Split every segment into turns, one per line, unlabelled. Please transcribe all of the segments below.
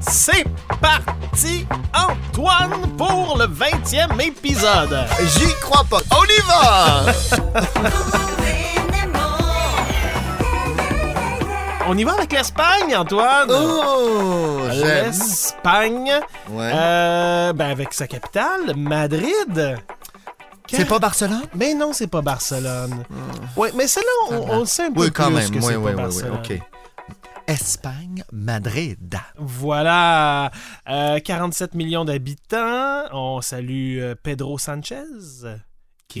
C'est parti, Antoine, pour le 20e épisode.
J'y crois pas. On y va!
On y va avec l'Espagne, Antoine.
Oh, j'aime.
L'Espagne,
Ouais.
euh, ben avec sa capitale, Madrid.
C'est pas Barcelone?
Mais non, c'est pas Barcelone. Oui, mais celle-là, on, on le sait un peu
Hmm. Ah, Oui, quand
plus
même.
que
Oui,
c'est
oui,
pas
oui, oui.
Barcelone.
OK. Espagne, Madrid.
Voilà. Euh, 47 millions d'habitants. On salue euh, Pedro Sanchez,
Qui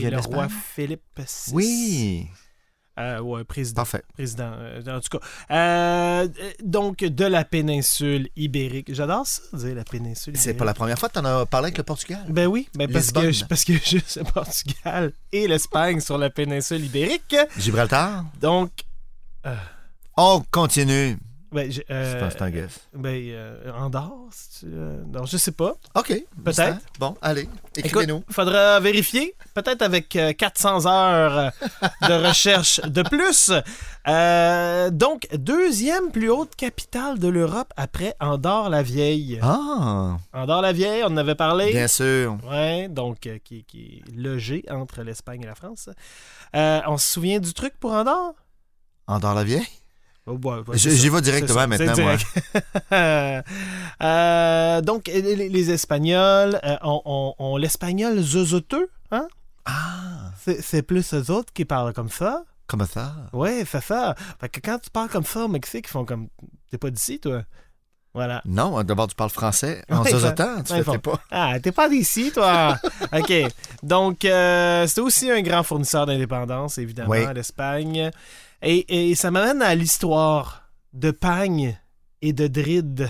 est
vient
le roi
d'Espagne?
Philippe VI.
Oui.
Euh, ouais, président.
Parfait.
président euh, en tout cas. Euh, euh, donc, de la péninsule ibérique. J'adore ça, dire la péninsule
C'est
ibérique.
pas la première fois que t'en as parlé avec le Portugal.
Ben oui, ben parce, que,
Lisbonne.
parce que juste le Portugal et l'Espagne sur la péninsule ibérique.
Gibraltar?
Donc,
On continue.
ben, j'ai-
Je
euh,
pense que c'est un guess.
ben, euh, Andorre, c'est-tu, euh, non, je sais pas.
OK.
peut-être.
c'est ça. Bon, allez, écrivez-nous.
Écoute, faudra vérifier, peut-être avec euh, 400 heures euh, de recherche de plus. Euh, donc, deuxième plus haute capitale de l'Europe après Andorre la Vieille.
Ah,
Andorre la Vieille, on en avait parlé.
bien sûr.
Ouais, donc euh, qui, qui est logé entre l'Espagne et la France. Euh, on se souvient du truc pour Andorre?
Andorre la vieille?
Oh, ouais, ouais, c'est
J'y
ça.
vais directement
C'est ça,
maintenant,
c'est
moi.
direct. Euh, donc, les, les Espagnols euh, ont, ont- ont l'Espagnol zozoteux, hein?
Ah,
C'est c'est plus eux autres qui parlent comme ça.
comme ça.
Ouais, c'est ça. Fait que quand tu parles comme ça au Mexique, ils font comme. T'es pas d'ici, toi? Voilà.
Non, d'abord, tu parles français en
Ouais,
zozotant. Tu
ouais,
fais
bon.
t'es pas.
Ah, t'es pas d'ici, toi! OK. Donc, euh, c'est aussi un grand fournisseur d'indépendance, évidemment,
Oui.
l'Espagne. Et, et ça m'amène à l'histoire de Pagne et de Dride.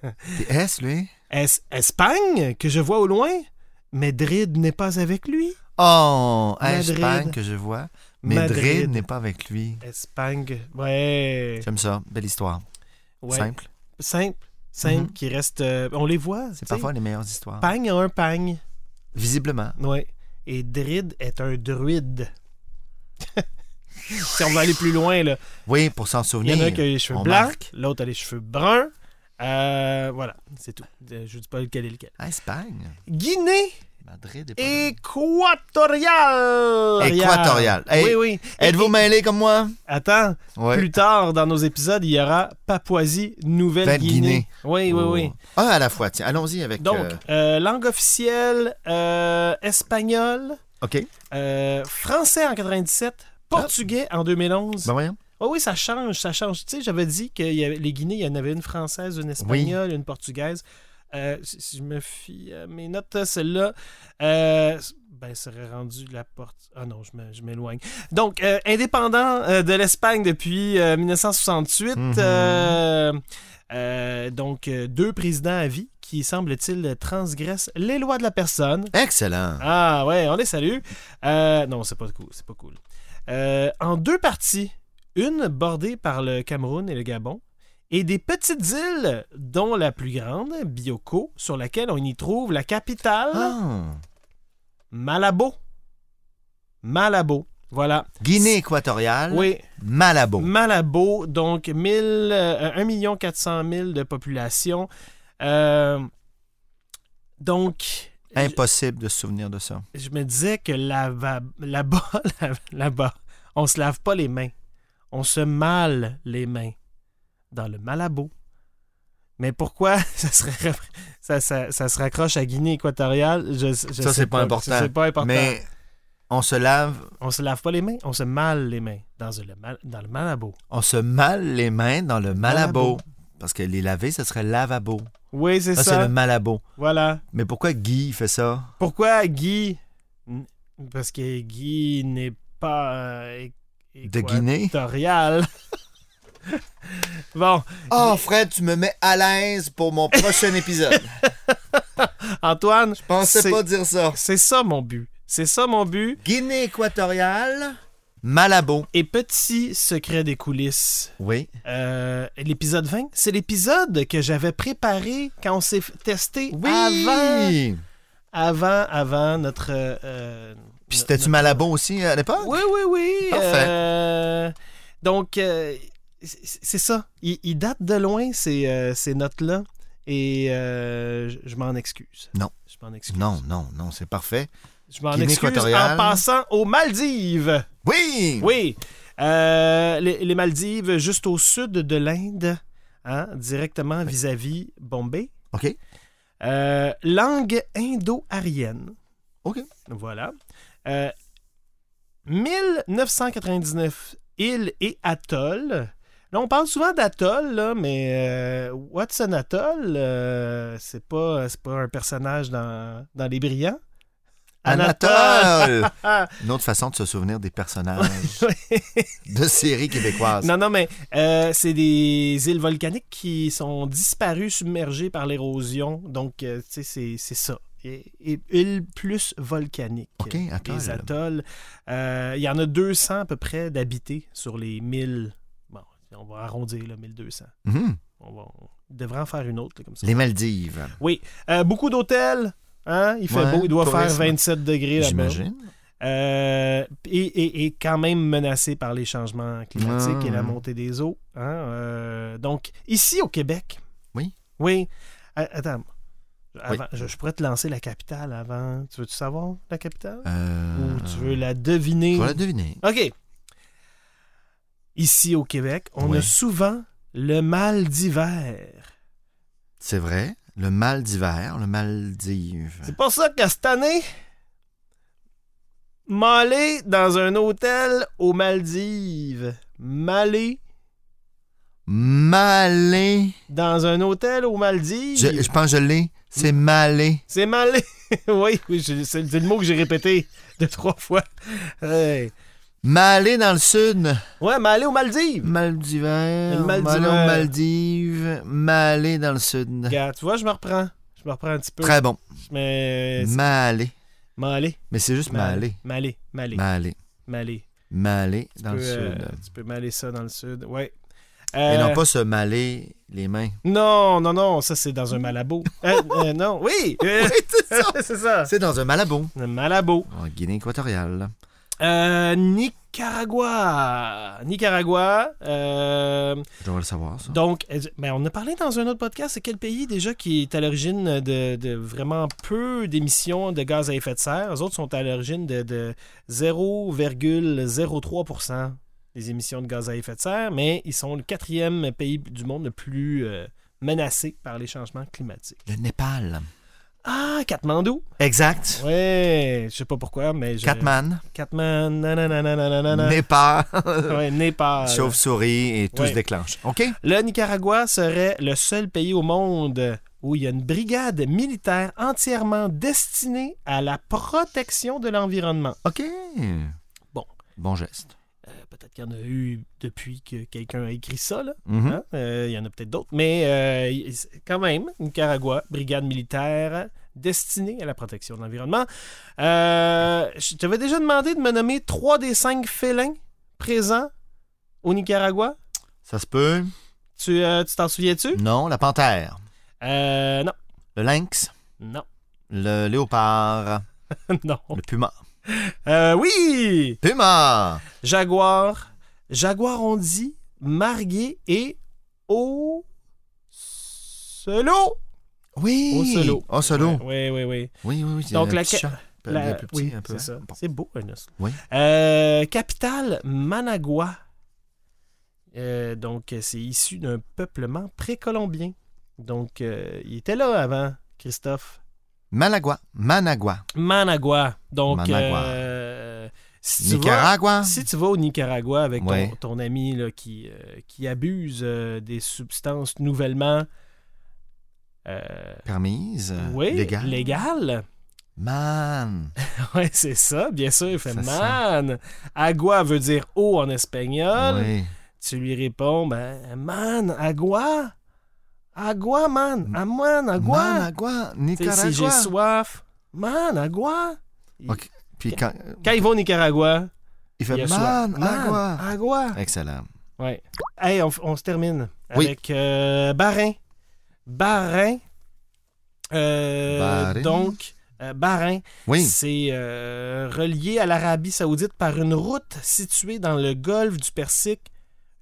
T'es S, lui?
Est-ce Espagne que je vois au loin? Mais Dride n'est pas avec lui.
Oh,
Madrid.
Espagne que je vois. Mais Madrid n'est pas avec lui.
Espagne. Ouais.
J'aime ça. Belle histoire.
ouais.
Simple.
Simple. Simple,
Mhm.
qui reste. euh, on les voit. tu sais.
C'est parfois les meilleures histoires.
Pagne a un pagne.
Visiblement.
Ouais. Et Dride est un druide. si on veut aller plus loin, là.
Oui, pour s'en
Il y
souvenir.
en a un qui a les cheveux
on
blancs,
marque.
l'autre a les cheveux bruns. Euh, voilà, c'est tout. Euh, Je vous dis pas lequel est lequel.
Ah, Espagne.
Guinée
Madrid est pas là.
équatoriale.
Équatoriale. Hey,
oui, oui.
Êtes-vous mêlé comme moi?
Attends,
Oui.
plus tard dans nos épisodes, il y aura Papouasie-Nouvelle-Guinée.
Nouvelle-Guinée.
Oui, oui, oui.
Ah, à la fois. Tiens, allons-y avec.
Donc,
euh,
euh, langue officielle euh, espagnole,
OK.
euh, français en 97, portugais en 2011.
Ben voyons.
Oh oui, ça change, ça change. Tu sais, j'avais dit que y avait- les Guinées, il y en avait une française, une espagnole, une portugaise. Euh, si si je me fie à mes notes, celle-là, euh, ben, serait rendue la porte. Ah non, je me- je m'éloigne. Donc, euh, indépendant euh, de l'Espagne depuis euh, 1968,
Mhm.
euh, euh, donc euh, deux présidents à vie qui, semble-t-il, transgressent les lois de la personne.
Excellent.
Ah ouais, on les salue. Euh, non, c'est pas cool, c'est pas cool. Euh, en deux parties, une bordée par le Cameroun et le Gabon, et des petites îles, dont la plus grande, Bioko, sur laquelle on y trouve la capitale,
Ah.
Malabo. Malabo, voilà.
Guinée équatoriale.
Oui, Mm.
Malabo.
Malabo, donc 1000, euh, 1 400 000 de population. Euh, donc,
Impossible de se souvenir de ça.
je me disais que là-bas, là-bas, là-bas, on se lave pas les mains. On se male les mains dans le malabo. Mais pourquoi ça, serait- ça, ça- ça se raccroche à Guinée équatoriale? Je, je
ça,
sais
c'est pas, important.
C'est pas important.
Mais on se lave,
On se lave pas les mains, on se male les mains dans le, mal- dans le malabo.
on se male les mains dans le malabo.
Malabo.
Parce que les laver, ce serait lavabo.
Oui, c'est
Ça,
ça.
Ah, c'est le malabo.
Voilà.
Mais pourquoi Guy fait ça?
Pourquoi Guy... Parce que Guy n'est pas... euh, é-
De Guinée?
équatorial. bon,
Oh, Fred, tu me mets à l'aise pour mon prochain épisode.
Antoine,
Je
pensais pas
dire ça.
c'est ça mon but. C'est ça mon but.
Guinée équatoriale. Malabo.
Et petit secret des coulisses.
Oui.
euh, l'épisode 20, c'est l'épisode que j'avais préparé quand on s'est f- testé avant,
Oui.
avant, avant notre. euh, euh,
Puis
no-
c'était-tu
notre-
Malabo aussi à l'époque?
Oui, oui, oui.
Parfait.
euh, donc, euh, c'est c'est ça. Ils, ils datent de loin, ces, euh, ces notes-là. Et euh, je- je m'en excuse.
Non.
Je m'en excuse.
Non, non, non, c'est parfait.
Je m'en
Guinée
excuse en
équatoriale.
passant aux Maldives.
Oui!
Oui. Euh, les, les Maldives, juste au sud de l'Inde, hein, directement vis-à-vis Bombay.
OK.
Euh, langue indo-arienne.
OK.
Voilà. Euh, 1999 îles et atolls. Là, on parle souvent d'atoll, là, mais euh, what's an atoll? Euh, c'est pas, c'est pas un personnage dans, dans Les Brillants.
Anatole!
Ah,
Une autre façon de se souvenir des personnages de séries québécoises.
non, non, mais euh, c'est des îles volcaniques qui sont disparues, submergées par l'érosion. Donc, euh, tu sais, c'est c'est ça. Et, et îles plus volcaniques.
OK, atoll.
Les atolls. Euh, Il y en a 200 à peu près d'habités sur les 1000. Bon, on va arrondir, là, 1200.
Mhm.
On, va, on devrait en faire une autre, là, comme ça.
Les Maldives,
Euh, beaucoup d'hôtels. Hein? Il fait
Ouais,
beau, il doit faire
tourisme.
27 degrés là-bas.
j'imagine.
Euh, et, et- et quand même menacé par les changements climatiques
Ah,
et la
ouais.
montée des eaux. hein, euh, donc, ici au Québec.
Oui.
Oui. A- Attends. Avant- je, je pourrais te lancer la capitale avant. Tu veux-tu savoir la capitale?
Euh,
Ou tu veux la deviner?
Je vais la deviner.
OK. Ici au Québec, on a
Oui.
souvent le mal d'hiver.
C'est vrai. Le mal d'hiver, le Maldive.
C'est pour ça que cette année, m'aller dans un hôtel aux Maldives. M'aller
Malé.
dans un hôtel aux Maldives.
Je, je pense que je l'ai. C'est malé.
C'est malé. oui, oui je- c'est c'est le mot que j'ai répété deux, trois fois. Hey.
Malé dans le sud.
Ouais, m'aller aux Maldives.
Maldiver.
Le Maldiver.
Malé aux Maldives. Malé dans le sud.
Regarde, tu vois, je me reprends. Je me reprends un petit peu.
Très bon.
Mais.
Malé.
M'aller.
Mais c'est juste malé.
M'aller. M'aller.
Malé.
M'aller.
Malé dans
Tu
le
peux, euh,
sud.
tu peux m'aller ça dans le sud. Ouais.
Et
Euh,
non pas se maler les mains.
Non, non, non, ça c'est dans un malabo. Euh, euh, non, oui, euh, c'est ça.
C'est dans un malabo.
Un malabo.
En Guinée équatoriale.
Euh, Nicaragua. Nicaragua. euh,
Je vais le savoir, ça.
donc, euh, mais on a parlé dans un autre podcast, c'est quel pays déjà qui est à l'origine de, de vraiment peu d'émissions de gaz à effet de serre. Les autres sont à l'origine de, de 0,03% des émissions de gaz à effet de serre, mais ils sont le quatrième pays du monde le plus euh, menacé par les changements climatiques.
Le Népal.
Ah, Katmandou.
Exact.
Ouais, je sais pas pourquoi, mais je...
Catman.
Katman, nanana, nanana, nanana.
Népal.
Ouais, Népal.
Chauve-souris et tout
Ouais.
se déclenche. OK?
Le Nicaragua serait le seul pays au monde où il y a une brigade militaire entièrement destinée à la protection de l'environnement.
OK.
Bon.
Bon geste.
Euh, peut-être qu'il y en a eu depuis que quelqu'un a écrit ça, là.
Mhm.
Hein? Euh, il y en a peut-être d'autres, mais euh, il- c'est- quand même, Nicaragua, brigade militaire destinée à la protection de l'environnement. Euh, je t'avais déjà demandé de me nommer trois des cinq félins présents au Nicaragua.
Ça se peut?
Tu euh, tu t'en souviens-tu?
Non. La panthère.
Euh, non,
Le lynx.
non,
Le léopard.
non.
Le puma.
Euh, oui!
Puma!
Jaguar, jaguar on dit, marguer et au... Solo!
Oui!
Ocelot.
Ocelot.
Oui, oui, oui.
Oui, oui, oui. c'est
Donc,
un
la
petit
ca-
chat.
La-
Bien plus petit,
oui,
un peu. hein?
C'est ça.
Bon.
C'est beau, un ocelot.
Oui.
Euh, capitale Managua. Euh, donc, euh, c'est issu d'un peuplement précolombien. Donc, euh, il était là avant, Christophe.
Malagua. Managua.
Managua. Donc,
Managua.
euh, si, tu vas,
Nicaragua.
si tu vas au Nicaragua avec ton,
Ouais.
ton ami là, qui, euh, qui abuse euh, des substances nouvellement euh,
Permise.
oui,
Légal.
légales,
Man.
Oui, c'est ça, bien sûr. Il fait
Ça sent.
man. Agua veut dire eau en espagnol.
Oui.
Tu lui réponds, ben, man, agua. Agua, man. Ah, man, agua. Tu sais,
Managua.
si
Nicaragua.
j'ai soif, man, agua.
OK. Puis quand
Quand ils vont au Nicaragua,
il
il y
fait
a
man,
soif. Man,
agua.
agua.
Excellent.
Ouais. Hey, on, f- on se termine
Oui.
avec euh, Barin. Barin. Euh,
Barin.
Donc, euh, Barin.
Oui.
C'est euh, relié à l'Arabie Saoudite par une route située dans le golfe du Persique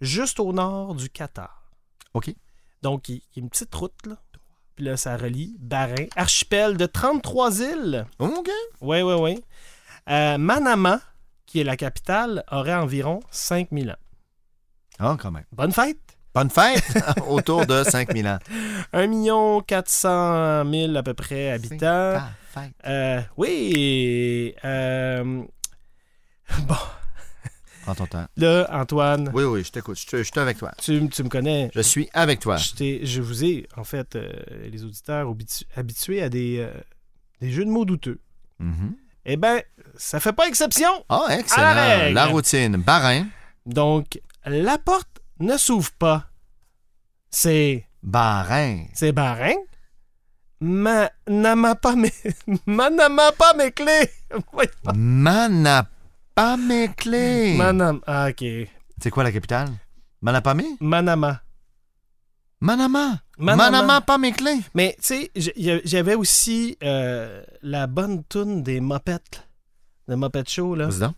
juste au nord du Qatar.
OK.
Donc, il il y a une petite route, là. Puis là, ça relie Barin, archipel de 33 îles.
OK.
Oui, oui, oui. Euh, Manama, qui est la capitale, aurait environ 5000 ans.
Ah, quand même.
Bonne fête!
Bonne fête autour de 5000 ans.
1 400 000 à peu près habitants.
Ah, fête.
Euh, oui. euh, Bon,
Prends ton temps.
là, Antoine,
Oui, oui, je t'écoute. Je, te- je suis avec toi.
tu, m- tu me connais.
Je suis avec toi.
Je, t'ai- je vous ai, en fait, euh, les auditeurs habitu- habitués à des, euh, des jeux de mots douteux.
Mhm.
Eh bien, ça fait pas exception.
Ah,
À la
excellent.
règle.
La routine. Barin.
Donc, la porte ne s'ouvre pas. C'est
Barin.
c'est Barin. Ma n'ama pas mes ma n'ama pas mes clés. Voyons.
Manapame clés.
Manam ah, OK.
C'est quoi la capitale? Manapame?
Manama.
Manama.
Manama.
Manama Hein? pas mes clés.
Mais tu sais, j- y a- j'avais aussi euh, la bonne tune des Mopettes. Le Muppet Show, là.
Vas-y donc.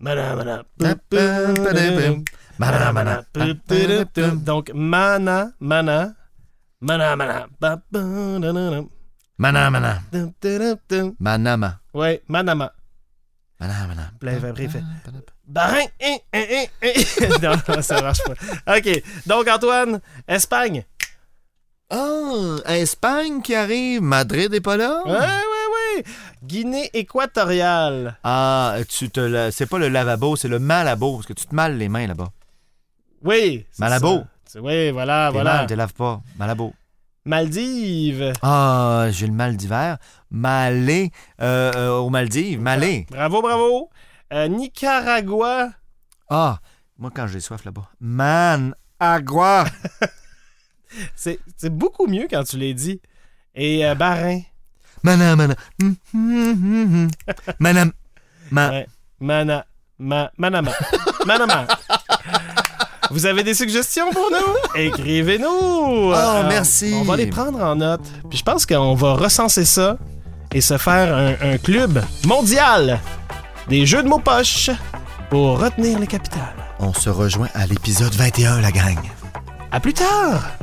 Mana, mana.
Tap, tap, tap, tap. Manama, mana.
Donc, mana, mana. Mana, mana. Ba, ba, da, da, da.
Manama, mana.
Dum, dum, dum, dum.
Manama.
Ouais, Manama.
Manama, mana.
Puis là, après, il fait Barin, hein, hein, hein, hein. Non, non, ça marche pas. OK. Donc, Antoine, Espagne.
Oh, Espagne qui arrive. Madrid est pas là?
Ouais, ouais, ouais. Guinée équatoriale.
Ah, tu te la- c'est pas le lavabo, c'est le malabo, parce que tu te males les mains là-bas.
Ah, Oui. c'est
Malabo.
ça. C'est- Oui, voilà,
T'es
voilà.
mal, te laves pas. Malabo.
Maldives.
Ah, j'ai le mal d'hiver. Malé euh, euh, aux Maldives. Malé.
Bravo, bravo. Euh, Nicaragua.
Ah, moi quand j'ai soif là-bas. Man. Agua.
C'est c'est beaucoup mieux quand tu l'as dit. Et euh, Barin.
Manam, manam. Hum, hum, hum, hum. Manam. Ma-
Ouais. Mana. Ma- manama. Manama. Vous avez des suggestions pour nous? Écrivez-nous! Oh,
merci.
On va les prendre en note. Puis je pense qu'on va recenser ça et se faire un, un club mondial des jeux de mots poche pour retenir les capitales.
On se rejoint à l'épisode 21, la gang.
À plus tard!